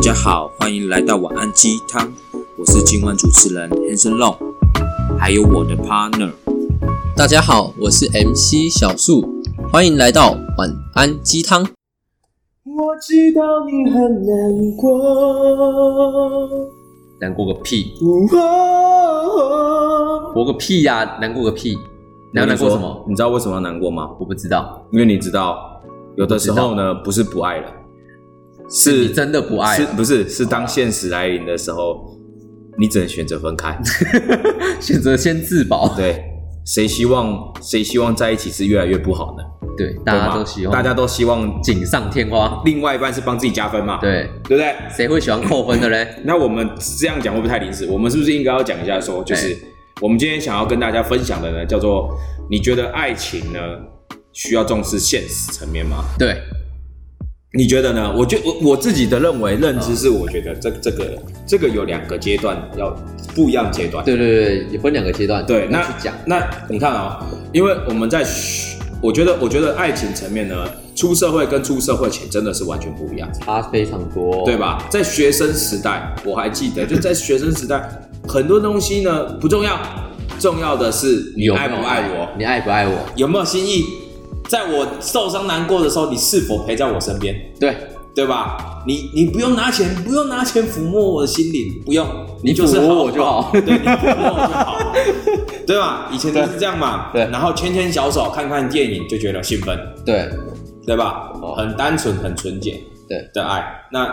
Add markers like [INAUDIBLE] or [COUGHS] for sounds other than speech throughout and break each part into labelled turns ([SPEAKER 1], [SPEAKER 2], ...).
[SPEAKER 1] 家好，欢迎来到晚安鸡汤，我是今晚主持人 Hanson Long，还有我的 partner。
[SPEAKER 2] 大家好，我是 MC 小树，欢迎来到晚安鸡汤。
[SPEAKER 3] 我知道你很难过，
[SPEAKER 4] 难过个屁，
[SPEAKER 3] 哦
[SPEAKER 4] 活个屁呀、难过个屁，难难过什么？
[SPEAKER 5] 你知道为什么要难过吗？
[SPEAKER 4] 我不知道，
[SPEAKER 5] 因为你知道，有的时候呢，不是不爱了，
[SPEAKER 4] 你
[SPEAKER 5] 是
[SPEAKER 4] 真的不爱
[SPEAKER 5] 是
[SPEAKER 4] 了，
[SPEAKER 5] 不是？是当现实来临的时候，你只能选择分
[SPEAKER 4] [LAUGHS]
[SPEAKER 5] 开。
[SPEAKER 4] 选择先自保。
[SPEAKER 5] 对，谁希望谁希望在一起是越来越不好呢？
[SPEAKER 4] 对，大
[SPEAKER 5] 对
[SPEAKER 4] 家
[SPEAKER 5] 吗
[SPEAKER 4] 都喜欢，
[SPEAKER 5] 大家都希望
[SPEAKER 4] 锦上添花。
[SPEAKER 5] 另外一半是帮自己加分嘛，
[SPEAKER 4] 对，
[SPEAKER 5] 对不对？
[SPEAKER 4] 谁会喜欢扣分的
[SPEAKER 5] [LAUGHS]
[SPEAKER 4] 嘞？
[SPEAKER 5] 那我们这样讲会不会太临时？我们是不是应该要讲一下说，
[SPEAKER 4] 哎
[SPEAKER 5] 就是我们今天想要跟大家分享的呢，叫做你觉得爱情呢需要重视现实层面吗？
[SPEAKER 4] 对，
[SPEAKER 5] 你觉得呢？我觉我我自己的认为认知是，我觉得这这个这个有两个阶段，要不一样阶段。
[SPEAKER 4] 对对对，也分两个阶段。
[SPEAKER 5] 对，那
[SPEAKER 4] 去讲。
[SPEAKER 5] 那你看啊、因为我们在学，我觉得我觉得爱情层面呢，出社会跟出社会前真的是完全不一样，
[SPEAKER 4] 差非常多，
[SPEAKER 5] 对？吧？在学生时代，我还记得，
[SPEAKER 4] [LAUGHS]
[SPEAKER 5] 就在学生时代，很多东西呢不重要，重要的是你
[SPEAKER 4] 有没
[SPEAKER 5] 爱
[SPEAKER 4] 有
[SPEAKER 5] 不爱我，
[SPEAKER 4] 你爱不爱我？
[SPEAKER 5] 有没有心意，在我受伤难过的时候，你是否陪在我身边？
[SPEAKER 4] 对，
[SPEAKER 5] 对吧？你你不用拿钱，不用拿钱抚摸我的心灵，不用，
[SPEAKER 4] 你
[SPEAKER 5] 就是
[SPEAKER 4] 抚
[SPEAKER 5] 好
[SPEAKER 4] 摸我就好
[SPEAKER 5] 对，你抚摸我就好， [LAUGHS] 对吧？以前都是这样嘛，
[SPEAKER 4] 对
[SPEAKER 5] 然后牵牵小手，看看电影，就觉得兴奋，
[SPEAKER 4] 对，
[SPEAKER 5] 对吧？
[SPEAKER 4] 哦
[SPEAKER 5] 很单纯，很纯洁，
[SPEAKER 4] 对
[SPEAKER 5] 的爱。那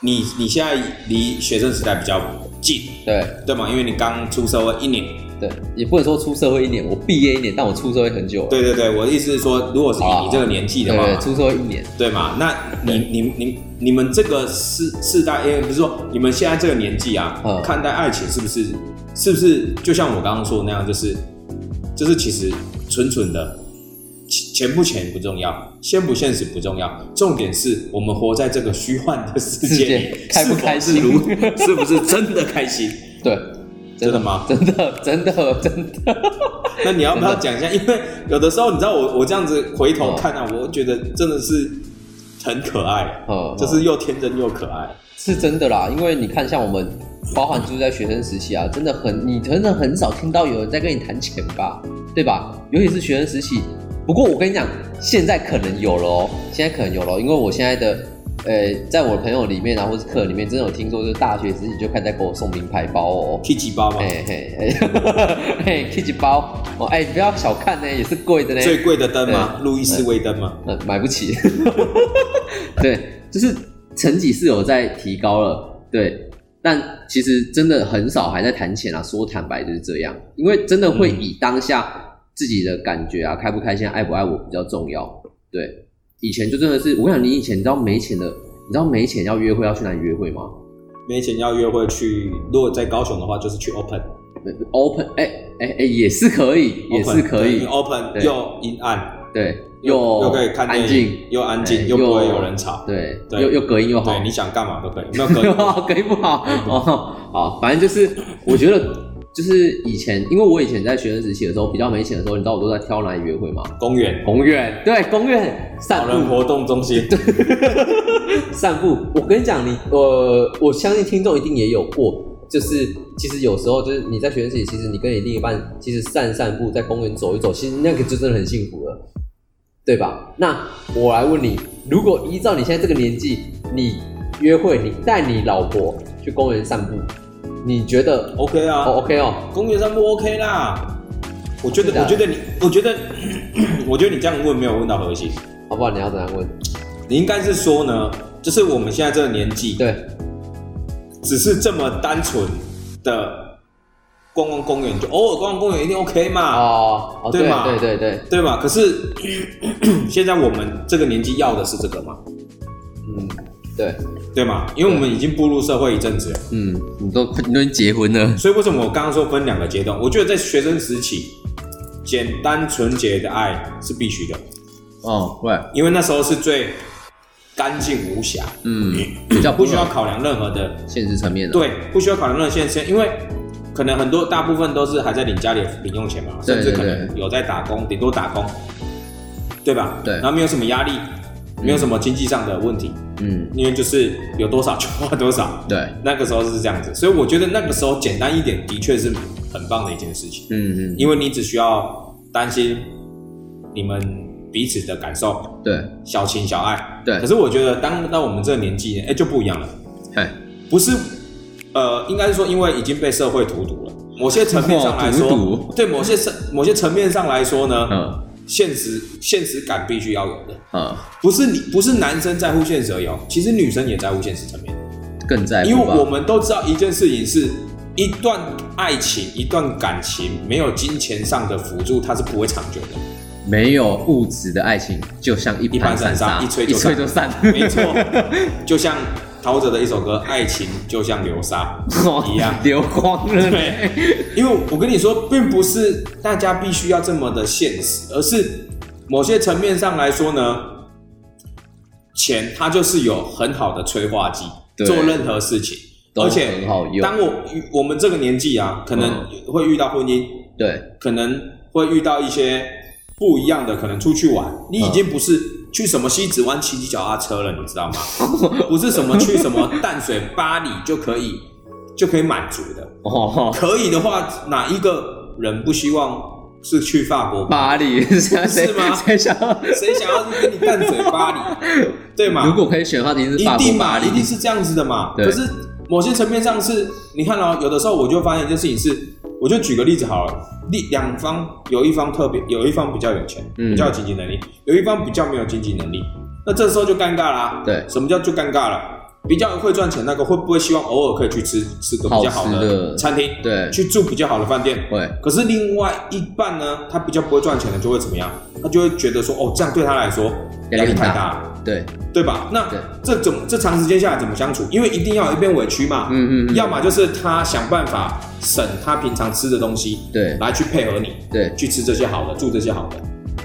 [SPEAKER 5] 你你现在离学生时代比较近，
[SPEAKER 4] 对，
[SPEAKER 5] 对吗？因为你刚出社会一年，
[SPEAKER 4] 对，也不能说出社会一年，我毕业一年，但我出社会很久了。
[SPEAKER 5] 对对对，我的意思是说，如果是以
[SPEAKER 4] 好啊
[SPEAKER 5] 你这个年纪
[SPEAKER 4] 对
[SPEAKER 5] 的话，
[SPEAKER 4] 对，出社会一年，
[SPEAKER 5] 对嘛？那你你你你们这个世世代，哎也不是说你们现在这个年纪啊，
[SPEAKER 4] 嗯
[SPEAKER 5] 看待爱情是不是是不是就像我刚刚说的那样，就是就是其实蠢蠢的，钱钱不钱不重要，现不现实不重要，重点是我们活在这个虚幻的世
[SPEAKER 4] 世
[SPEAKER 5] 界
[SPEAKER 4] 界
[SPEAKER 5] [LAUGHS] 里，
[SPEAKER 4] 开不开心
[SPEAKER 5] 是否是如是不是真的开
[SPEAKER 4] [LAUGHS]
[SPEAKER 5] 心？
[SPEAKER 4] 对，
[SPEAKER 5] 真的吗
[SPEAKER 4] 真的，真的，真的。
[SPEAKER 5] [LAUGHS] 那你要不要讲一下？因为有的时候你知道我我这样子回
[SPEAKER 4] 嗯
[SPEAKER 5] 头看啊，我觉得真的是很可爱，
[SPEAKER 4] 哦
[SPEAKER 5] 就是又天真又可爱。
[SPEAKER 4] 是真的啦，因为你看，像我们包含就是在学生时期啊，真的很，你真的很少听到有人在跟你谈钱吧，对吧？尤其是学生时期。不过我跟你讲，现在可能有了哦，现在可能有了哦，因为我现在的，呃，在我的朋友里面啊，或是客人里面，真的有听说，就是大学时期就开始在给我送名牌包哦。
[SPEAKER 5] K 七包吗？
[SPEAKER 4] 嘿嘿嘿，嘿，Kitty 包哦，哎，不要小看呢、也是贵的呢。
[SPEAKER 5] 最贵的灯吗？路易斯威登吗？
[SPEAKER 4] 呃，买不起。 [LAUGHS] 对，就是成绩是有在提高了，对，但其实真的很少还在谈钱啊。说坦白就是这样，因为真的会
[SPEAKER 5] 嗯
[SPEAKER 4] 以当下自己的感觉啊，开不开心、爱不爱我比较重要。对，以前就真的是，我跟你讲，你以前你知道没钱的，你知道没钱要约会要去哪里约会吗
[SPEAKER 5] 没钱要约会去，如果在高雄的话，就是去 Open，
[SPEAKER 4] ？Open，哎哎哎，也是可以，也是可以，
[SPEAKER 5] Open
[SPEAKER 4] 对
[SPEAKER 5] 又阴暗，
[SPEAKER 4] 对，
[SPEAKER 5] 又可以看电
[SPEAKER 4] 安
[SPEAKER 5] 影
[SPEAKER 4] 静，
[SPEAKER 5] 又安静，
[SPEAKER 4] 哎
[SPEAKER 5] 又不会
[SPEAKER 4] 又
[SPEAKER 5] 有人吵。
[SPEAKER 4] 对，
[SPEAKER 5] 对
[SPEAKER 4] 又又隔音又好
[SPEAKER 5] 对，，你想干嘛都可以，
[SPEAKER 4] [LAUGHS]
[SPEAKER 5] 没有可以。
[SPEAKER 4] 隔音不好哦。好，反正就是我觉得就是以前，因为我以前在学生时期的时候比较没钱的时候，你知道我都在挑哪里约会吗？
[SPEAKER 5] 公
[SPEAKER 4] [LAUGHS]
[SPEAKER 5] 园、
[SPEAKER 4] 公园，对，公园散
[SPEAKER 5] 老人
[SPEAKER 4] 步，
[SPEAKER 5] 活动中心，
[SPEAKER 4] 散步。我跟你讲，你呃，我相信听众一定也有过。就是，其实有时候就是你在学生时期，其实你跟你另一半其实散散步，在公园走一走，其实那个就真的很幸福了。对吧？那我来问你，如果依照你现在这个年纪，你约会，你带你老婆去公园散步，你觉得
[SPEAKER 5] OK 啊
[SPEAKER 4] 哦 OK 哦，
[SPEAKER 5] 公园上不 OK 啦。我觉
[SPEAKER 4] 是的
[SPEAKER 5] 得，我觉得你，我觉得， [CLEARS THROAT] 我觉得你这样问没有问到核心。
[SPEAKER 4] 好不好？你要怎样问？
[SPEAKER 5] 你应该是说呢，就是我们现在这个年纪，
[SPEAKER 4] 对
[SPEAKER 5] 只是这么单纯的逛逛公园，就偶尔逛逛公园一定 OK 嘛。
[SPEAKER 4] 哦哦，对
[SPEAKER 5] 对嘛
[SPEAKER 4] 对对对，
[SPEAKER 5] 对嘛？可是 [COUGHS] 现在我们这个年纪要的是这个嘛，
[SPEAKER 4] 嗯对
[SPEAKER 5] 对嘛？因为我们已经步入社会一阵子了，
[SPEAKER 4] 嗯，你都你都结婚了，
[SPEAKER 5] 所以为什么我刚刚说分两个阶段？我觉得在学生时期，简单纯洁的爱是必须的，
[SPEAKER 4] 哦对，
[SPEAKER 5] 因为那时候是最干净无瑕，
[SPEAKER 4] 嗯，比较
[SPEAKER 5] 不需要考量任何的
[SPEAKER 4] 现实层面的，
[SPEAKER 5] 对，不需要考量任何现实，因为。可能很多大部分都是还在领家里的零用钱嘛，
[SPEAKER 4] 对
[SPEAKER 5] 甚至可
[SPEAKER 4] 对
[SPEAKER 5] 能有在打工，顶多打工，对吧？
[SPEAKER 4] 对
[SPEAKER 5] 然后没有什么压力，没有什么经济上的问题，
[SPEAKER 6] 嗯，
[SPEAKER 5] 因为就是有多少就花多少。
[SPEAKER 6] 对，
[SPEAKER 5] 那个时候是这样子，所以我觉得那个时候简单一点的确是很棒的一件事情，
[SPEAKER 6] 嗯嗯，
[SPEAKER 5] 因为你只需要担心你们彼此的感受，
[SPEAKER 6] 对
[SPEAKER 5] 小情小爱。
[SPEAKER 6] 对
[SPEAKER 5] 可是我觉得当到我们这个年纪，哎、就不一样了，
[SPEAKER 6] 嘿，
[SPEAKER 5] 不是，呃，应该是说因为已经被社会荼毒了，某些层面上来说，
[SPEAKER 6] 哇荼毒
[SPEAKER 5] [LAUGHS] 对某些层某些层面上来说呢，
[SPEAKER 6] 哦嗯
[SPEAKER 5] 现实现实感必须要有的。
[SPEAKER 6] 嗯，
[SPEAKER 5] 不是你不是男生在乎现实而已哦，其实女生也在乎现实层面，
[SPEAKER 6] 更在
[SPEAKER 5] 因
[SPEAKER 6] 乎
[SPEAKER 5] 为我
[SPEAKER 6] 吧，
[SPEAKER 5] 们都知道一件事情是，一段爱情、一段感情没有金钱上的辅助，它是不会长久
[SPEAKER 6] [LAUGHS]
[SPEAKER 5] 的。
[SPEAKER 6] 没有物质的爱情就像一
[SPEAKER 5] 一
[SPEAKER 6] 盘
[SPEAKER 5] 盘
[SPEAKER 6] 散
[SPEAKER 5] 散
[SPEAKER 6] 沙，
[SPEAKER 5] 沙一吹
[SPEAKER 6] 一
[SPEAKER 5] 就散
[SPEAKER 6] 吹就散，》。
[SPEAKER 5] 没错，就像陶喆的一首歌《爱情就像流沙一
[SPEAKER 6] [LAUGHS]
[SPEAKER 5] 样
[SPEAKER 6] 哦流光了呢，
[SPEAKER 5] 对，因为我跟你说，并不是大家必须要这么的现实，而是某些层面上来说呢，钱它就是有很好的催化剂，
[SPEAKER 6] 对
[SPEAKER 5] 做任何事情，
[SPEAKER 6] 都
[SPEAKER 5] 而且
[SPEAKER 6] 很好用嗯
[SPEAKER 5] 当我我们这个年纪啊，可能会遇到婚姻，
[SPEAKER 6] 对
[SPEAKER 5] 可能会遇到一些不一样的，可能出去玩，你已经不是去什么西子湾骑骑脚踏车了，你知道吗？不是什么去什么淡水、巴黎就可以就可以满足的。
[SPEAKER 6] 哦，
[SPEAKER 5] 可以的话，哪一个人不希望是去法国？
[SPEAKER 6] 巴黎谁
[SPEAKER 5] 是吗
[SPEAKER 6] 谁想要？
[SPEAKER 5] 谁想要是跟你淡水巴黎？对
[SPEAKER 4] [LAUGHS]
[SPEAKER 5] 吗？
[SPEAKER 6] 如果可以选的话，一定是
[SPEAKER 5] 一
[SPEAKER 6] 法国
[SPEAKER 5] 定
[SPEAKER 6] 巴
[SPEAKER 5] 嘛，
[SPEAKER 6] 黎
[SPEAKER 5] 一，定是这样子的嘛。
[SPEAKER 6] 对
[SPEAKER 5] 可是某些层面上是，你看哦，有的时候我就发现一件事情是，我就举个例子好了，例两方有一方特别，有一方比较有钱，
[SPEAKER 6] 嗯
[SPEAKER 5] 比较有经济能力，有一方比较没有经济能力，那这时候就尴尬啦。
[SPEAKER 6] 对
[SPEAKER 5] 什么叫就尴尬了？比较会赚钱那个会不会希望偶尔可以去吃吃个比较好
[SPEAKER 6] 好吃的
[SPEAKER 5] 的餐厅，
[SPEAKER 6] 对
[SPEAKER 5] 去住比较好的饭店，
[SPEAKER 6] 会
[SPEAKER 5] 可是另外一半呢，他比较不会赚钱的就会怎么样？他就会觉得说，哦，这样对他来说
[SPEAKER 6] 压力很大
[SPEAKER 5] 太大了。
[SPEAKER 6] 对，
[SPEAKER 5] 对吧？那
[SPEAKER 6] 对
[SPEAKER 5] 这种这长时间下来怎么相处？因为一定要有一边委屈嘛，
[SPEAKER 6] 嗯嗯嗯
[SPEAKER 5] 要么就是他想办法省他平常吃的东西，
[SPEAKER 6] 对
[SPEAKER 5] 来去配合你，
[SPEAKER 6] 对，
[SPEAKER 5] 去吃这些好的，住这些好的，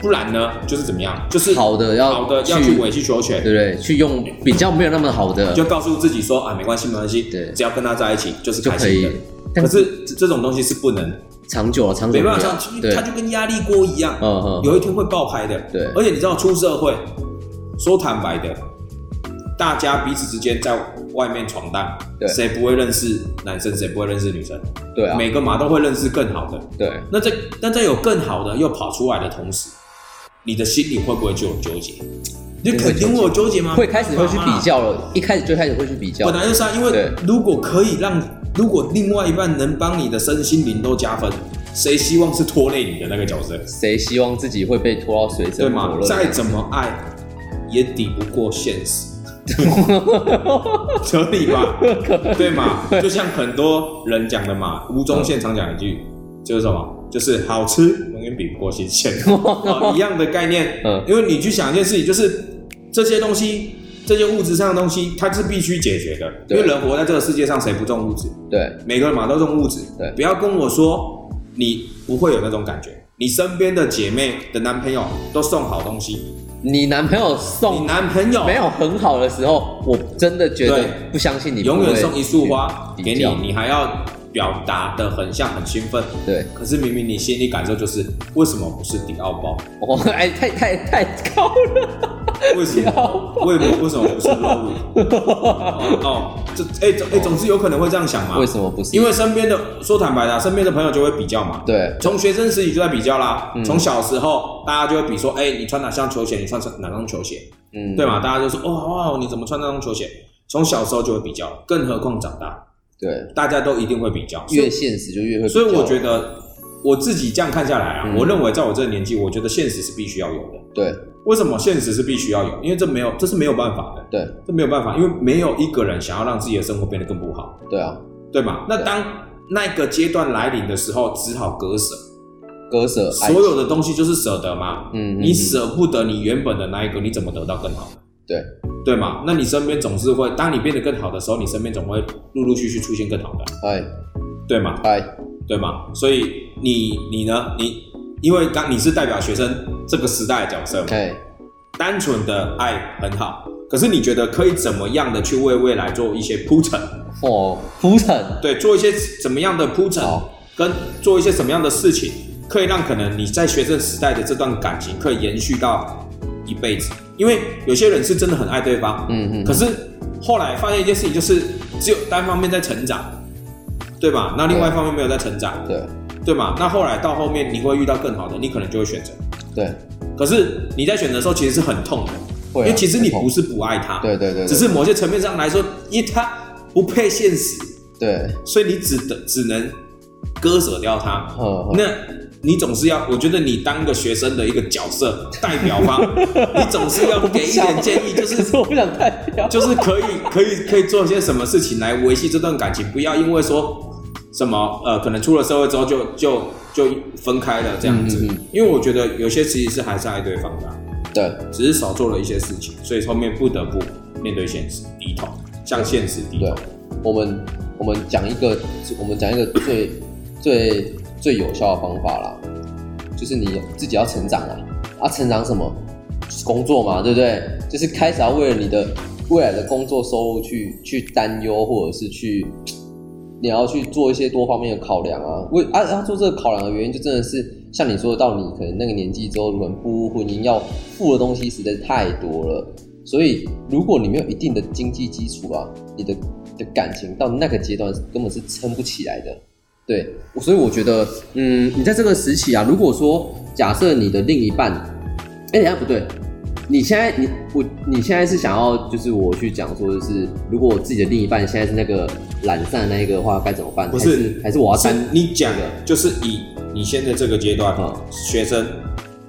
[SPEAKER 5] 不然呢就是怎么样？就是
[SPEAKER 6] 好的要
[SPEAKER 5] 好的要
[SPEAKER 6] 去
[SPEAKER 5] 去委曲求全，
[SPEAKER 6] 对不对？去用比较没有那么好的
[SPEAKER 5] 就告诉自己说啊，没关系，没关系，
[SPEAKER 6] 对
[SPEAKER 5] 只要跟他在一起就是
[SPEAKER 6] 就
[SPEAKER 5] 开
[SPEAKER 6] 可
[SPEAKER 5] 心
[SPEAKER 6] 以
[SPEAKER 5] 的。，可是这种东西是不能，
[SPEAKER 6] 长久了，长久
[SPEAKER 5] 没
[SPEAKER 6] 不
[SPEAKER 5] 办
[SPEAKER 6] 了
[SPEAKER 5] 法，像
[SPEAKER 6] 对
[SPEAKER 5] 它，就跟压力锅一样，
[SPEAKER 6] 嗯嗯，
[SPEAKER 5] 有一天会爆开的。
[SPEAKER 6] 对
[SPEAKER 5] 而且你知道出社会，说坦白的，大家彼此之间在外面闯荡，
[SPEAKER 6] 对
[SPEAKER 5] 谁不会认识男生，谁不会认识女生？
[SPEAKER 6] 对啊，
[SPEAKER 5] 每个嘛都会认识更好的。
[SPEAKER 6] 对，
[SPEAKER 5] 那在那在有更好的又跑出来的同时，你的心里会不会就有纠结？你肯定会有纠结吗？
[SPEAKER 6] 会开始会去比
[SPEAKER 5] 嘛。
[SPEAKER 6] 较了，一开始就开始会去比较
[SPEAKER 5] 本，来就是啊，因为
[SPEAKER 6] 对
[SPEAKER 5] 如果可以让，如果另外一半能帮你的身心灵都加分，谁希望是拖累你的那个角色？
[SPEAKER 6] 谁希望自己会被拖到水
[SPEAKER 5] 对
[SPEAKER 6] 深火
[SPEAKER 5] 吗？
[SPEAKER 6] 热？
[SPEAKER 5] 再怎么爱，也抵不过现 [LAUGHS] 实，合理 [LAUGHS] 吧？对嘛？就像很多人讲的嘛，吴宗宪常讲一句，就是什么？就是好吃永远比不过新 [LAUGHS] 鲜、哦，一样的概念。
[SPEAKER 6] 嗯
[SPEAKER 5] 因为你去想一件事情，就是这些东西，这些物质上的东西，它是必须解决的。因
[SPEAKER 6] 对
[SPEAKER 5] 为人活在这个世界上，谁不重物质？
[SPEAKER 6] 对
[SPEAKER 5] 每个人嘛都重物质。
[SPEAKER 6] 对
[SPEAKER 5] 不要跟我说你不会有那种感觉。你身边的姐妹的男朋友都送好东西，
[SPEAKER 6] 你男朋友
[SPEAKER 5] 你
[SPEAKER 6] 送
[SPEAKER 5] 男朋友
[SPEAKER 6] 哦没有很好的时候，我真的觉得
[SPEAKER 5] 对
[SPEAKER 6] 不相信你
[SPEAKER 5] 永远送一束花
[SPEAKER 6] 比
[SPEAKER 5] 给你
[SPEAKER 6] 较，
[SPEAKER 5] 你还要表达的很像很兴奋，
[SPEAKER 6] 对，
[SPEAKER 5] 可是明明你心里感受就是为什么不是迪奥包？
[SPEAKER 6] 哦，哎，太太太高了，
[SPEAKER 5] 为什么？为为什么不是 Lori？哦哦，这哎总哎总之有可能会这样想
[SPEAKER 6] [LAUGHS]
[SPEAKER 5] 嘛？
[SPEAKER 6] 为什么不是？
[SPEAKER 5] 因为身边的说坦白的啊、身边的朋友就会比较嘛。
[SPEAKER 6] 对
[SPEAKER 5] 从学生时期就在比较啦，
[SPEAKER 6] 嗯
[SPEAKER 5] 从、小时候大家就会比说，哎、你穿哪双球鞋？你穿哪双球鞋？
[SPEAKER 6] 嗯
[SPEAKER 5] 对嘛？大家就说，哦哇，你怎么穿那双球鞋？从小时候就会比较，更何况长大，
[SPEAKER 6] 对，
[SPEAKER 5] 大家都一定会比较。所以
[SPEAKER 6] 越现实就越会比较，
[SPEAKER 5] 所以我觉得我自己这样看下来啊，
[SPEAKER 6] 嗯
[SPEAKER 5] 我认为在我这个年纪，我觉得现实是必须要有的。
[SPEAKER 6] 对
[SPEAKER 5] 为什么现实是必须要有？因为这没有，这是没有办法的，
[SPEAKER 6] 对
[SPEAKER 5] 这没有办法，因为没有一个人想要让自己的生活变得更不好。
[SPEAKER 6] 对啊，
[SPEAKER 5] 对吗？那当那个阶段来临的时候，只好割舍，
[SPEAKER 6] 割舍爱
[SPEAKER 5] 所有的东西就是舍得嘛。
[SPEAKER 6] 嗯嗯
[SPEAKER 5] 你舍不得你原本的那一个，你怎么得到更好的？
[SPEAKER 6] 对
[SPEAKER 5] 对吗？那你身边总是会，当你变得更好的时候，你身边总会陆陆续续出现更好的，
[SPEAKER 6] 爱
[SPEAKER 5] 对吗？
[SPEAKER 6] 爱
[SPEAKER 5] 对吗？所以你你呢？你因为刚你是代表学生这个时代的角色嘛，
[SPEAKER 6] 哎，
[SPEAKER 5] 单纯的爱很好，可是你觉得可以怎么样的去为未来做一些铺陈？
[SPEAKER 6] 哦，铺陈，
[SPEAKER 5] 对，做一些怎么样的铺陈
[SPEAKER 6] 好，
[SPEAKER 5] 跟做一些什么样的事情，可以让可能你在学生时代的这段感情可以延续到一辈子，因为有些人是真的很爱对方，
[SPEAKER 6] 嗯嗯，
[SPEAKER 5] 可是后来发现一件事情，就是只有单方面在成长，对吧？那另外一方面没有在成长，
[SPEAKER 6] 对
[SPEAKER 5] 对吧？那后来到后面你会遇到更好的，你可能就会选择。
[SPEAKER 6] 对，
[SPEAKER 5] 可是你在选择的时候其实是很痛的，
[SPEAKER 6] 会啊
[SPEAKER 5] 因为其实你
[SPEAKER 6] 很痛
[SPEAKER 5] 不是不爱他，
[SPEAKER 6] 对对对，对
[SPEAKER 5] 只是某些层面上来说，因为他不配现实，
[SPEAKER 6] 对，
[SPEAKER 5] 所以你只得只能割舍掉他。
[SPEAKER 6] 嗯，
[SPEAKER 5] 那你总是要，我觉得你当个学生的一个角色代
[SPEAKER 6] [LAUGHS]
[SPEAKER 5] 表方，你总是要给一点建议，就
[SPEAKER 6] 可
[SPEAKER 5] 是
[SPEAKER 6] 是我不想代表，
[SPEAKER 5] 就是可以可以可以做些什么事情来维系这段感情，不要因为说什么呃，可能出了社会之后就就就分开了这样子。
[SPEAKER 6] 嗯嗯
[SPEAKER 5] 因为我觉得有些其实是还是爱对方的啊、
[SPEAKER 6] 对
[SPEAKER 5] 只是少做了一些事情，所以后面不得不面对现实，低头向现实低
[SPEAKER 6] 对
[SPEAKER 5] 头。，
[SPEAKER 6] 我们我们讲一个，我们讲一个最最最有效的方法啦，就是你自己要成长啊，啊，成长什么？就是工作嘛，对不对？就是开始要为了你的未来的工作收入去去担忧，或者是去你要去做一些多方面的考量啊。为啊要做这个考量的原因，就真的是像你说的，到你可能那个年纪之后，如果步入婚姻要付的东西实在是太多了。所以，如果你没有一定的经济基础啊，你的你的感情到那个阶段是根本是撑不起来的。对，我所以我觉得，嗯，你在这个时期啊，如果说假设你的另一半，哎、等一下不对，你现在你我你现在是想要就是我去讲说，就是如果我自己的另一半现在是那个懒散的那一个的话，该怎么办？
[SPEAKER 5] 不
[SPEAKER 6] 还
[SPEAKER 5] 是
[SPEAKER 6] 是还是我要
[SPEAKER 5] 是
[SPEAKER 6] 担
[SPEAKER 5] 你讲
[SPEAKER 6] 这个
[SPEAKER 5] 的，就是以你现在这个阶段
[SPEAKER 6] 嗯，
[SPEAKER 5] 学生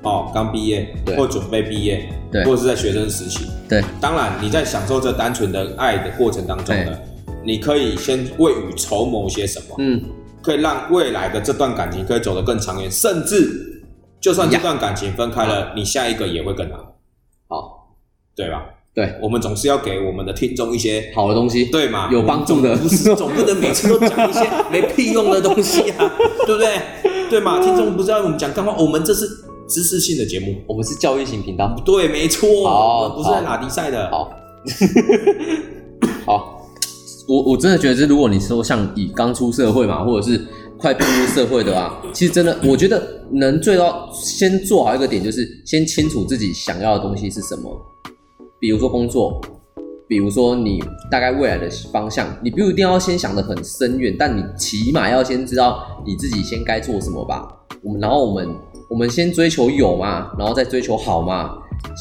[SPEAKER 5] 哦，刚毕业
[SPEAKER 6] 对
[SPEAKER 5] 或准备毕业，
[SPEAKER 6] 对
[SPEAKER 5] 或者是在学生时期。
[SPEAKER 6] 对
[SPEAKER 5] 当然你在享受这单纯的爱的过程当中呢，你可以先未雨绸缪些什么，
[SPEAKER 6] 嗯，
[SPEAKER 5] 可以让未来的这段感情可以走得更长远，甚至就算这段感情分开了，你下一个也会更好，
[SPEAKER 6] 好，
[SPEAKER 5] 对吧？
[SPEAKER 6] 对，
[SPEAKER 5] 我们总是要给我们的听众一些
[SPEAKER 6] 好的东西，
[SPEAKER 5] 对嘛
[SPEAKER 6] 有帮助的，
[SPEAKER 5] 不是总不能每次都讲一些没屁用的东西啊，对不对？对嘛？听众不知道我们讲干话，我们这是知识性的节目，
[SPEAKER 6] [LAUGHS] 我们是教育型频道，
[SPEAKER 5] 对，没错，
[SPEAKER 6] 好
[SPEAKER 5] 我们不是在
[SPEAKER 6] 好
[SPEAKER 5] 拉迪赛的，
[SPEAKER 6] 好，好，
[SPEAKER 4] 我我真的觉得，如果你说像以刚出社会嘛，或者是快步入社会的啊，其实真的，我觉得能最到先做好一个点，就是先清楚自己想要的东西是什么，比如说工作，比如说你大概未来的方向，你不一定要先想得很深远，但你起码要先知道你自己先该做什么吧。我们然后我们我们先追求有嘛，然后再追求好嘛，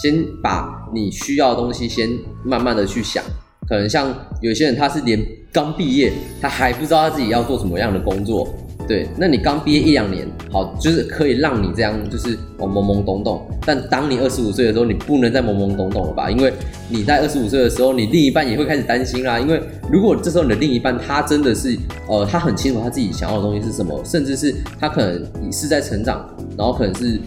[SPEAKER 4] 先把你需要的东西先慢慢的去想。可能像有些人他是连刚毕业，他还不知道他自己要做什么样的工作。对，那你刚毕业一两年，好，就是可以让你这样，就是哦懵懵懂懂。但当你二十五岁的时候，你不能再懵懵懂懂了吧？因为你在二十五岁的时候，你另一半也会开始担心啦。因为如果这时候你的另一半他真的是，呃，他很清楚他自己想要的东西是什么，甚至是他可能是在成长，然后可能是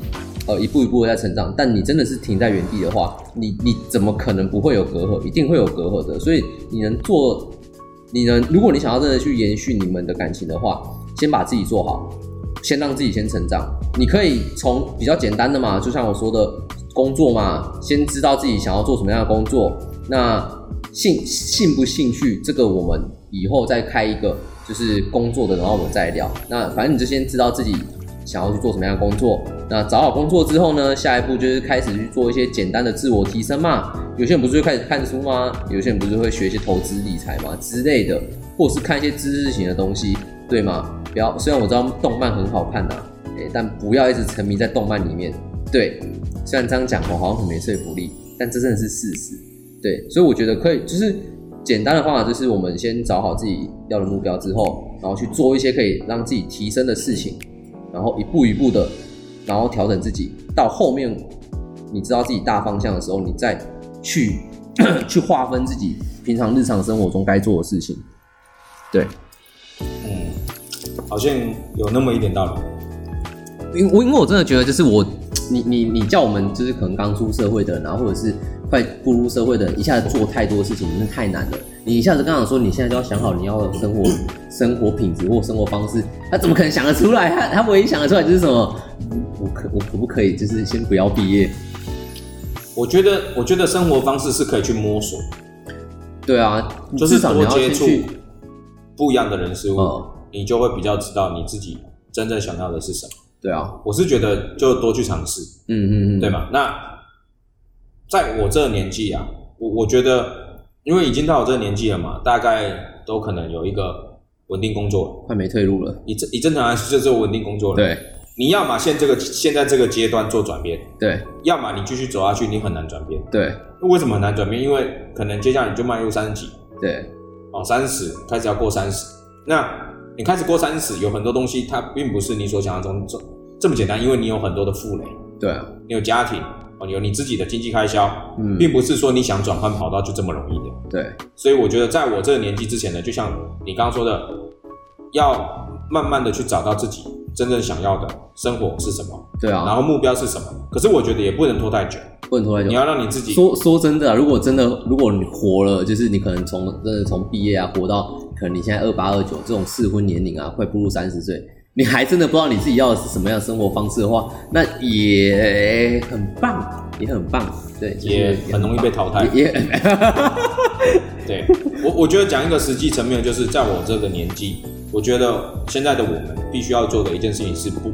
[SPEAKER 4] 呃一步一步的在成长，但你真的是停在原地的话，你你怎么可能不会有隔阂？一定会有隔阂的。所以你能做，你能，如果你想要真的去延续你们的感情的话，先把自己做好，先让自己先成长。你可以从比较简单的嘛，就像我说的工作嘛，先知道自己想要做什么样的工作。那兴兴不兴趣，这个我们以后再开一个就是工作的，然后我们再聊。那反正你就先知道自己想要去做什么样的工作。那找好工作之后呢，下一步就是开始去做一些简单的自我提升嘛。有些人不是会开始看书吗？有些人不是会学一些投资理财嘛之类的，或是看一些知识型的东西，对吗？不要，虽然我知道动漫很好看呐、诶但不要一直沉迷在动漫里面。对，虽然这样讲我好像很没说服力，但这真的是事实。对，所以我觉得可以，就是简单的方法就是我们先找好自己要的目标之后，然后去做一些可以让自己提升的事情，然后一步一步的，然后调整自己，到后面你知道自己大方向的时候，你再去 [COUGHS] 去划分自己平常日常生活中该做的事情。对，
[SPEAKER 5] 嗯，好像有那么一点道理。
[SPEAKER 4] 因为我因为我真的觉得就是我，你你你叫我们就是可能刚出社会的人啊，然后或者是快步入社会的人，一下子做太多事情，真的太难了。你一下子刚想说你现在就要想好你要的生活生活品质或生活方式，他怎么可能想得出来？他他唯一想得出来就是什么？我可我可不可以就是先不要毕业？
[SPEAKER 5] 我觉得，我觉得生活方式是可以去摸索，
[SPEAKER 4] 对啊，
[SPEAKER 5] 就是
[SPEAKER 4] 至少你
[SPEAKER 5] 多
[SPEAKER 4] 要
[SPEAKER 5] 接
[SPEAKER 4] 先
[SPEAKER 5] 触
[SPEAKER 4] 去
[SPEAKER 5] 不一样的人事物，
[SPEAKER 4] 嗯
[SPEAKER 5] 你就会比较知道你自己真正想要的是什么。
[SPEAKER 4] 对啊，
[SPEAKER 5] 我是觉得就多去尝试，
[SPEAKER 4] 嗯嗯嗯，
[SPEAKER 5] 对？吗？那在我这个年纪啊，我我觉得，因为已经到我这个年纪了嘛，大概都可能有一个稳定工作了。
[SPEAKER 4] 快没退路了。
[SPEAKER 5] 你正你正常来说就是稳定工作了。，
[SPEAKER 4] 对
[SPEAKER 5] 你要么现这个现在这个阶段做转变，
[SPEAKER 4] 对
[SPEAKER 5] 要么你继续走下去，你很难转变。
[SPEAKER 4] 对
[SPEAKER 5] 为什么很难转变？因为可能接下来你就迈入三十几，
[SPEAKER 4] 对
[SPEAKER 5] 哦，三十开始要过三十，那你开始过三十，有很多东西它并不是你所想象中这这么简单，因为你有很多的负累，
[SPEAKER 4] 对啊，
[SPEAKER 5] 你有家庭，哦，你有你自己的经济开销，
[SPEAKER 4] 嗯，
[SPEAKER 5] 并不是说你想转换跑道就这么容易的。
[SPEAKER 4] 对
[SPEAKER 5] 所以我觉得，在我这个年纪之前呢，就像你刚刚说的，要慢慢的去找到自己真正想要的生活是什么，
[SPEAKER 4] 对
[SPEAKER 5] 然
[SPEAKER 4] 啊，
[SPEAKER 5] 后目标是什么。可是我觉得也不能拖太久，
[SPEAKER 4] 不能拖太久
[SPEAKER 5] 你。要让你自己
[SPEAKER 4] 说说真的啊，如果真的，如果你活了，就是你可能从真的从毕业啊，活到可能你现在二八二九这种适婚年龄啊，快步入三十岁，你还真的不知道你自己要的是什么样的生活方式的话，那也很棒，也很棒，对，就是
[SPEAKER 5] 也很容易被淘汰。
[SPEAKER 4] 也 [LAUGHS] 也
[SPEAKER 5] 对我，我觉得讲一个实际层面，就是在我这个年纪，我觉得现在的我们必须要做的一件事情是不，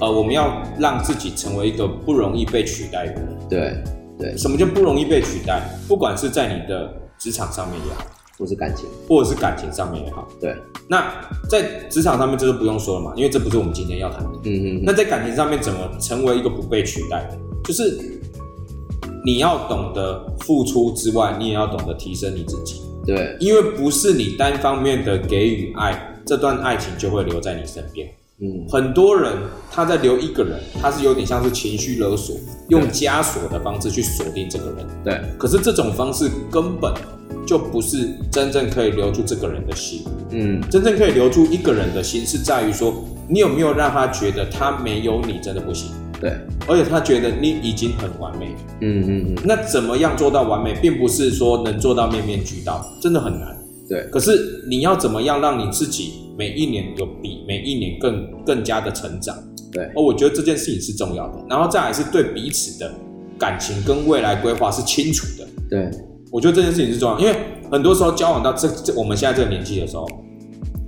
[SPEAKER 5] 呃，我们要让自己成为一个不容易被取代的人。
[SPEAKER 4] 对对，
[SPEAKER 5] 什么叫不容易被取代？不管是在你的职场上面也好，
[SPEAKER 4] 不是感情，
[SPEAKER 5] 或者是感情上面也好，
[SPEAKER 4] 对，
[SPEAKER 5] 那在职场上面这就不用说了嘛，因为这不是我们今天要谈的。
[SPEAKER 4] 嗯嗯
[SPEAKER 5] 那在感情上面怎么成为一个不被取代的？就是你要懂得付出之外，你也要懂得提升你自己，
[SPEAKER 4] 嗯，对，
[SPEAKER 5] 因为不是你单方面的给予爱，这段爱情就会留在你身边。
[SPEAKER 4] 嗯
[SPEAKER 5] 很多人他在留一个人，他是有点像是情绪勒索，用枷锁的方式去锁定这个人。
[SPEAKER 4] 对
[SPEAKER 5] 可是这种方式根本就不是真正可以留住这个人的心。
[SPEAKER 4] 嗯
[SPEAKER 5] 真正可以留住一个人的心，是在于说你有没有让他觉得他没有你真的不行，
[SPEAKER 4] 对，
[SPEAKER 5] 而且他觉得你已经很完美。
[SPEAKER 4] 嗯嗯嗯，
[SPEAKER 5] 那怎么样做到完美，并不是说能做到面面俱到，真的很难。
[SPEAKER 4] 对
[SPEAKER 5] 可是你要怎么样让你自己每一年有比每一年更更加的成长？
[SPEAKER 4] 对
[SPEAKER 5] 哦，我觉得这件事情是重要的。然后再来是对彼此的感情跟未来规划是清楚的。
[SPEAKER 4] 嗯对
[SPEAKER 5] 我觉得这件事情是重要，因为很多时候交往到这这我们现在这个年纪的时候，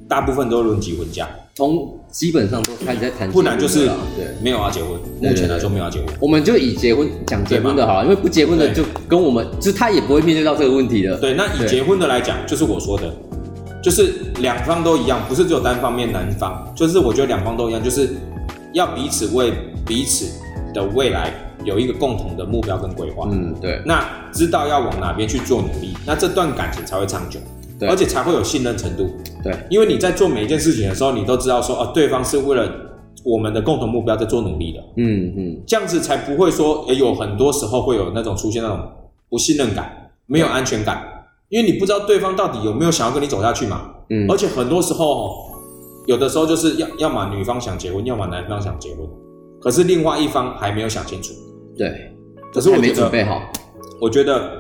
[SPEAKER 5] 大部分都论及婚嫁，
[SPEAKER 4] 从基本上都开始在谈结婚了啦，
[SPEAKER 5] 不然就是
[SPEAKER 4] 对。
[SPEAKER 5] 没有要结婚。
[SPEAKER 4] 对
[SPEAKER 5] 目前来说没有要结婚，
[SPEAKER 4] 我们就以结婚讲结婚的好了，因为不结婚的
[SPEAKER 5] 对
[SPEAKER 4] 就跟我们，就他也不会面对到这个问题的。
[SPEAKER 5] 对。那以
[SPEAKER 4] 对
[SPEAKER 5] 结婚的来讲，就是我说的，就是两方都一样，不是只有单方面男方，就是我觉得两方都一样，就是要彼此为彼此的未来有一个共同的目标跟规划。
[SPEAKER 4] 嗯，对
[SPEAKER 5] 那知道要往哪边去做努力，那这段感情才会长久，
[SPEAKER 4] 对
[SPEAKER 5] 而且才会有信任程度。
[SPEAKER 4] 对，
[SPEAKER 5] 因为你在做每一件事情的时候，你都知道说，哦，对方是为了我们的共同目标在做努力的，
[SPEAKER 4] 嗯嗯，
[SPEAKER 5] 这样子才不会说，也有很多时候会有那种出现那种不信任感、没有安全感，因为你不知道对方到底有没有想要跟你走下去嘛。
[SPEAKER 4] 嗯
[SPEAKER 5] 而且很多时候哦，有的时候就是要要么女方想结婚，要么男方想结婚，可是另外一方还没有想清楚。
[SPEAKER 4] 对。
[SPEAKER 5] 可是我
[SPEAKER 4] 还没
[SPEAKER 5] 觉得
[SPEAKER 4] 准备好，
[SPEAKER 5] 我觉得，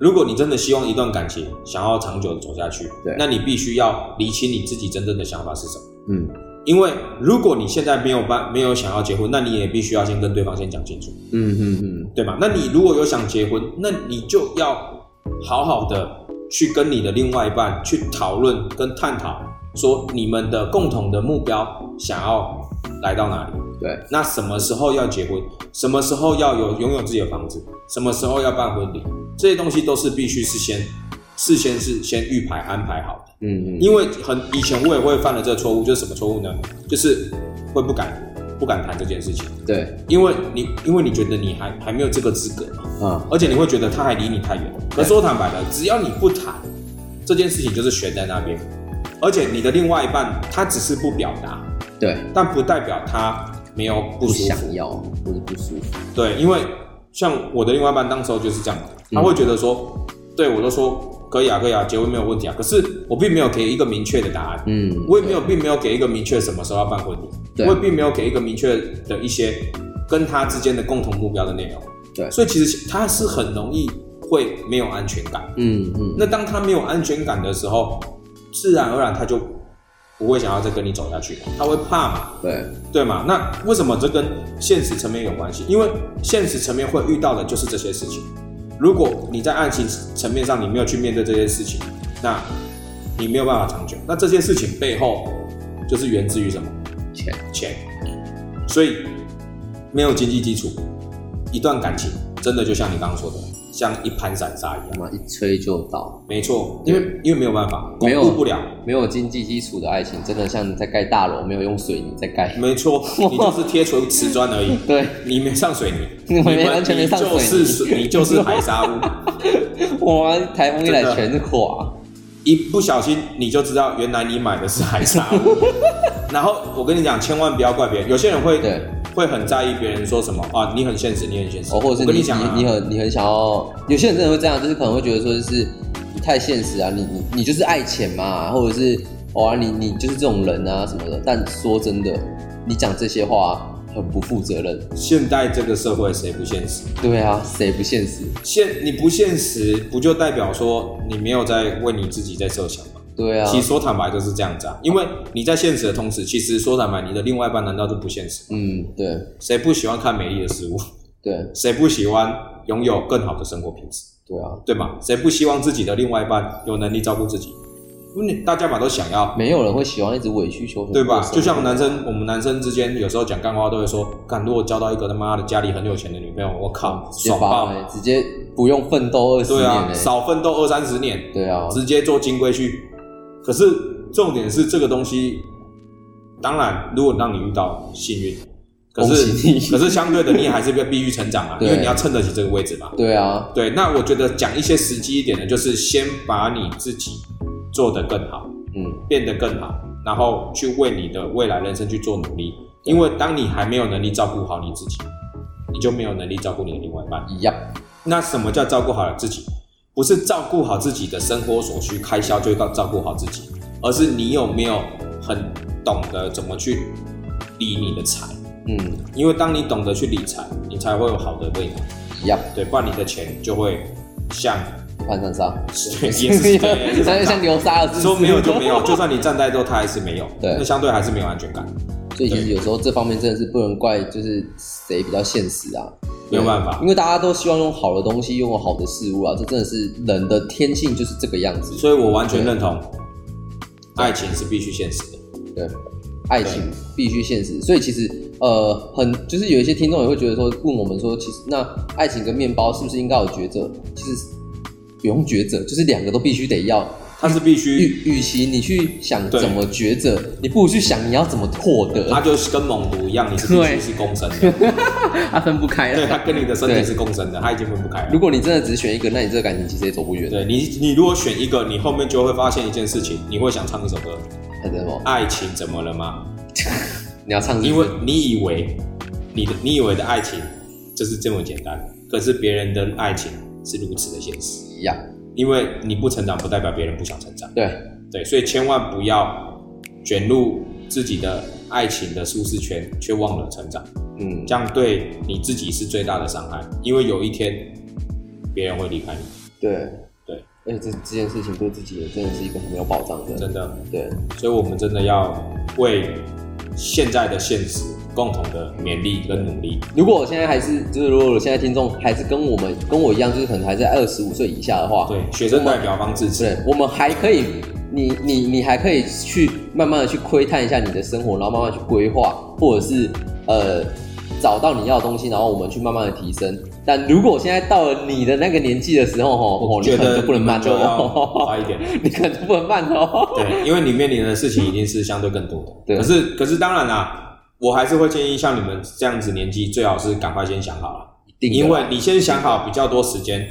[SPEAKER 5] 如果你真的希望一段感情想要长久的走下去
[SPEAKER 4] 对，
[SPEAKER 5] 那你必须要厘清你自己真正的想法是什么。
[SPEAKER 4] 嗯
[SPEAKER 5] 因为如果你现在没有办没有想要结婚，那你也必须要先跟对方先讲清楚，
[SPEAKER 4] 嗯嗯嗯，
[SPEAKER 5] 对吗？那你如果有想结婚，那你就要好好的去跟你的另外一半去讨论跟探讨，说你们的共同的目标想要来到哪里。
[SPEAKER 4] 对
[SPEAKER 5] 那什么时候要结婚？什么时候要有拥有自己的房子？什么时候要办婚礼？这些东西都是必须是先事先是先预排安排好的。
[SPEAKER 4] 嗯嗯，
[SPEAKER 5] 因为很以前我也会犯了这个错误，就是什么错误呢？就是会不敢不敢谈这件事情，
[SPEAKER 4] 对
[SPEAKER 5] 因为你因为你觉得你还还没有这个资格嘛，
[SPEAKER 4] 啊，
[SPEAKER 5] 而且你会觉得他还离你太远。可说坦白了，只要你不谈这件事情，就是悬在那边。而且你的另外一半他只是不表达，
[SPEAKER 4] 对，
[SPEAKER 5] 但不代表他没有不
[SPEAKER 4] 不
[SPEAKER 5] 舒
[SPEAKER 4] 想
[SPEAKER 5] 服。
[SPEAKER 4] 要，不是不舒服，
[SPEAKER 5] 对，因为像我的另外一半，当时候就是这样，
[SPEAKER 4] 嗯
[SPEAKER 5] 他会觉得说，对我都说可以啊，可以啊，结婚没有问题啊。可是我并没有给一个明确的答案，
[SPEAKER 4] 嗯，
[SPEAKER 5] 我也没有，并没有给一个明确什么时候要办婚礼，
[SPEAKER 4] 对
[SPEAKER 5] 我也并没有给一个明确的一些跟他之间的共同目标的内容。
[SPEAKER 4] 对
[SPEAKER 5] 所以其实他是很容易会没有安全感。
[SPEAKER 4] 嗯嗯，
[SPEAKER 5] 那当他没有安全感的时候，自然而然他就不会想要再跟你走下去，他会怕嘛。
[SPEAKER 4] 对
[SPEAKER 5] 对嘛？那为什么这跟现实层面有关系？因为现实层面会遇到的就是这些事情。如果你在爱情层面上你没有去面对这些事情，那你没有办法长久。那这些事情背后就是源自于什么？
[SPEAKER 4] 钱，
[SPEAKER 5] 钱。所以没有经济基础，一段感情真的就像你刚刚说的，像一盘散沙一
[SPEAKER 4] 他妈
[SPEAKER 5] 样。
[SPEAKER 4] 一吹就倒，
[SPEAKER 5] 没错，因为因为没有办法，
[SPEAKER 4] 没
[SPEAKER 5] 巩
[SPEAKER 4] 有
[SPEAKER 5] 固不了。
[SPEAKER 4] 没有经济基础的爱情，真的像在盖大楼，没有用水泥在盖。 [LAUGHS]
[SPEAKER 5] 没错，你就是贴纯瓷砖而已，
[SPEAKER 4] 对，
[SPEAKER 5] 你没上水泥，
[SPEAKER 4] 你没
[SPEAKER 5] 你们
[SPEAKER 4] 完全没上水泥
[SPEAKER 5] 你就是水你就是海沙屋。
[SPEAKER 4] 哇，台风一来
[SPEAKER 5] 真的
[SPEAKER 4] 全是垮。
[SPEAKER 5] 一不小心你就知道，原来你买的是海沙
[SPEAKER 4] [LAUGHS]
[SPEAKER 5] 屋。然后我跟你讲，千万不要怪别人，有些人会
[SPEAKER 4] 对
[SPEAKER 5] 会很在意别人说什么啊，你很现实，你很现实。
[SPEAKER 4] 哦，或者是
[SPEAKER 5] 我跟
[SPEAKER 4] 你
[SPEAKER 5] 讲、啊，
[SPEAKER 4] 你你很你很想要，有些人真的会这样，就是可能会觉得说，就是你太现实啊，你你你就是爱钱嘛，或者是哇、你你就是这种人啊什么的。但说真的，你讲这些话很不负责任。
[SPEAKER 5] 现代这个社会谁不现实？
[SPEAKER 4] 对啊，谁不现实？
[SPEAKER 5] 现你不现实，不就代表说你没有在为你自己在设想吗？
[SPEAKER 4] 对啊
[SPEAKER 5] 其，实说坦白就是这样子啊，因为你在现实的同时，其实说坦白，你的另外一半难道就不现实吗？
[SPEAKER 4] 嗯，对
[SPEAKER 5] 谁不喜欢看美丽的事物？
[SPEAKER 4] 对
[SPEAKER 5] 谁不喜欢拥有更好的生活品质？
[SPEAKER 4] 对啊，
[SPEAKER 5] 对吗？谁不希望自己的另外一半有能力照顾自己？因为你大家嘛都想要，
[SPEAKER 4] 没有人会喜欢一直委曲求全，
[SPEAKER 5] 对吧？就像男生，我们男生之间有时候讲干话都会说，干如果交到一个他妈的家里很有钱的女朋友，我靠，
[SPEAKER 4] 直接
[SPEAKER 5] 爽
[SPEAKER 4] 嗯发
[SPEAKER 5] 爆！
[SPEAKER 4] 挥，直接不用奋斗二十
[SPEAKER 5] 对
[SPEAKER 4] 年
[SPEAKER 5] 啊，
[SPEAKER 4] 欸
[SPEAKER 5] 少奋斗二三十年，
[SPEAKER 4] 对啊，
[SPEAKER 5] 直接做金龟婿。可是重点是这个东西，当然，如果让你遇到幸运，可
[SPEAKER 4] 恭喜你
[SPEAKER 5] 是可是相对的，你也还是被必须成长啊，
[SPEAKER 4] [LAUGHS]
[SPEAKER 5] 因
[SPEAKER 4] 对
[SPEAKER 5] 为你要撑得起这个位置嘛。
[SPEAKER 4] 对啊，
[SPEAKER 5] 对，那我觉得讲一些实际一点的，就是先把你自己做得更好，
[SPEAKER 4] 嗯，
[SPEAKER 5] 变得更好，然后去为你的未来人生去做努力。因为当你还没有能力照顾好你自己，你就没有能力照顾你的另外一半。
[SPEAKER 4] 一样，
[SPEAKER 5] 那什么叫照顾好自己？不是照顾好自己的生活所需开销就要照顾好自己，而是你有没有很懂得怎么去理你的财。
[SPEAKER 4] 嗯，
[SPEAKER 5] 因为当你懂得去理财，你才会有好的未来。
[SPEAKER 4] 一样，
[SPEAKER 5] 对，不然你的钱就会像
[SPEAKER 4] 潘三杀，
[SPEAKER 5] 对， [LAUGHS] 也是对，也是
[SPEAKER 4] 像像流沙了，是不是
[SPEAKER 5] 说没有就没有，就算你站在之后，他还是没有，
[SPEAKER 4] 对
[SPEAKER 5] 那相对还是没有安全感，
[SPEAKER 4] [LAUGHS] 所以其实有时候这方面真的是不能怪，就是谁比较现实啊，
[SPEAKER 5] 没有办法
[SPEAKER 4] 因。为大家都希望用好的东西，用好的事物啊，这真的是人的天性就是这个样子。
[SPEAKER 5] 所以我完全认同，爱情是必须现实的，
[SPEAKER 4] 对，爱情必须现实。所以其实呃，很就是有一些听众也会觉得说，问我们说，其实那爱情跟面包是不是应该有抉择？其实不用抉择，就是两个都必须得要。
[SPEAKER 5] 它是必须，
[SPEAKER 4] 与与其你去想
[SPEAKER 5] 对
[SPEAKER 4] 怎么抉择，你不如去想你要怎么获得。
[SPEAKER 5] 它就是跟猛毒一样，你是必
[SPEAKER 4] 对
[SPEAKER 5] 须是共生
[SPEAKER 4] [LAUGHS]
[SPEAKER 5] 的，
[SPEAKER 4] 它分不开
[SPEAKER 5] 对，它
[SPEAKER 4] 了。
[SPEAKER 5] 跟你的身体
[SPEAKER 4] 对
[SPEAKER 5] 是共生的，它已经分不开了
[SPEAKER 4] 如。果你真的只选一个，那你这个感情其实也走不远。
[SPEAKER 5] 对你，你如果选一个，你后面就会发现一件事情，你会想唱一首歌，
[SPEAKER 4] 还真哦，
[SPEAKER 5] 《爱情怎么了吗》？
[SPEAKER 4] 你要唱是不是
[SPEAKER 5] 因为你以为你的你以为的爱情就是这么简单，可是别人的爱情是如此的现实。
[SPEAKER 4] 一样，
[SPEAKER 5] 因为你不成长，不代表别人不想成长。
[SPEAKER 4] 对，
[SPEAKER 5] 对，所以千万不要卷入自己的爱情的舒适圈，却忘了成长，
[SPEAKER 4] 嗯，
[SPEAKER 5] 这样对你自己是最大的伤害。因为有一天别人会离开你，
[SPEAKER 4] 对
[SPEAKER 5] 对，
[SPEAKER 4] 而且这这件事情对自己也真的是一个很没有保障的，
[SPEAKER 5] 真的。
[SPEAKER 4] 对，
[SPEAKER 5] 所以我们真的要为现在的现实共同的勉励跟努力。
[SPEAKER 4] 如果我现在还是，就是如果我现在听众还是跟我们跟我一样，就是可能还在二十五岁以下的话，
[SPEAKER 5] 对，学生代表方自治。
[SPEAKER 4] 对，我们还可以，你你你还可以去慢慢的去窥探一下你的生活，然后慢慢去规划，或者是呃找到你要的东西，然后我们去慢慢的提升。但如果我现在到了你的那个年纪的时候，哦，哦你
[SPEAKER 5] 觉
[SPEAKER 4] 可能
[SPEAKER 5] 得
[SPEAKER 4] 就不能慢
[SPEAKER 5] 就要
[SPEAKER 4] 哦，
[SPEAKER 5] 快一点。
[SPEAKER 4] [LAUGHS] 你可能就不能慢哦。
[SPEAKER 5] 对，因为你面临的事情一定是相对更多的。
[SPEAKER 4] 对
[SPEAKER 5] 可是可是当然啦，我还是会建议像你们这样子年纪，最好是赶快先想好了，
[SPEAKER 4] 一定的
[SPEAKER 5] 因为你先想好比较多时间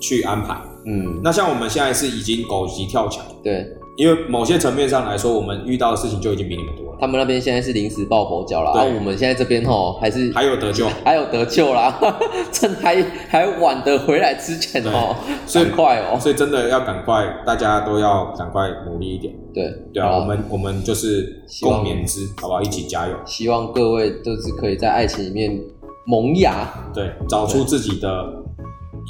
[SPEAKER 5] 去安排。
[SPEAKER 4] 嗯，
[SPEAKER 5] 那像我们现在是已经狗急跳墙，
[SPEAKER 4] 对
[SPEAKER 5] 因为某些层面上来说，我们遇到的事情就已经比你们多了，
[SPEAKER 4] 他们那边现在是临时抱佛脚了，然
[SPEAKER 5] 对
[SPEAKER 4] 后我们现在这边哦还是
[SPEAKER 5] 还有得救。
[SPEAKER 4] 还有得救啦， [LAUGHS] 趁还还晚得回来之前哦，
[SPEAKER 5] 所以
[SPEAKER 4] 赶快哦，
[SPEAKER 5] 所以真的要赶快，大家都要赶快努力一点，
[SPEAKER 4] 对
[SPEAKER 5] 对啊，
[SPEAKER 4] 好
[SPEAKER 5] 我们我们就是
[SPEAKER 4] 希望
[SPEAKER 5] 共勉之，好不好？一起加油，
[SPEAKER 4] 希望各位都是可以在爱情里面萌芽。
[SPEAKER 5] 对，找出自己的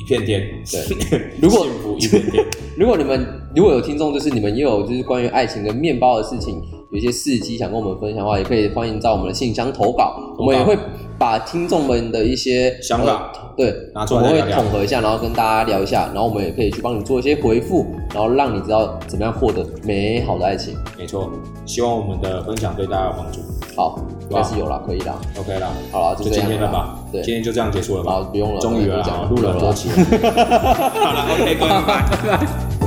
[SPEAKER 5] 一片天，对，
[SPEAKER 4] 如果
[SPEAKER 5] 幸福 [LAUGHS] 一片天，
[SPEAKER 4] 如果你们如果有听众，就是你们也有就是关于爱情跟面包的事情，有一些事迹想跟我们分享的话，也可以欢迎在我们的信箱投稿，
[SPEAKER 5] 投稿
[SPEAKER 4] 我们也会把听众们的一些
[SPEAKER 5] 想法
[SPEAKER 4] 呃对，
[SPEAKER 5] 拿出
[SPEAKER 4] 我
[SPEAKER 5] 来
[SPEAKER 4] 们
[SPEAKER 5] 再
[SPEAKER 4] 会
[SPEAKER 5] 聊聊
[SPEAKER 4] 统合一下，然后跟大家聊一下，然后我们也可以去帮你做一些回复，然后让你知道怎么样获得美好的爱情。
[SPEAKER 5] 没错，希望我们的分享对大家有帮助。
[SPEAKER 4] 好，应该是有啦，可以啦，
[SPEAKER 5] OK 啦，
[SPEAKER 4] 好啦，
[SPEAKER 5] 就
[SPEAKER 4] 这
[SPEAKER 5] 今
[SPEAKER 4] 样
[SPEAKER 5] 天了
[SPEAKER 4] 啦
[SPEAKER 5] 吧？
[SPEAKER 4] 对
[SPEAKER 5] 今天就这样结束了吧？
[SPEAKER 4] 好不用了
[SPEAKER 5] 终于
[SPEAKER 4] 不
[SPEAKER 5] 了
[SPEAKER 4] 讲
[SPEAKER 5] 啊，
[SPEAKER 4] 了
[SPEAKER 5] 录了
[SPEAKER 4] 不
[SPEAKER 5] 多 [LAUGHS]
[SPEAKER 4] 用了
[SPEAKER 5] 期了。好了，OK，各位，拜拜。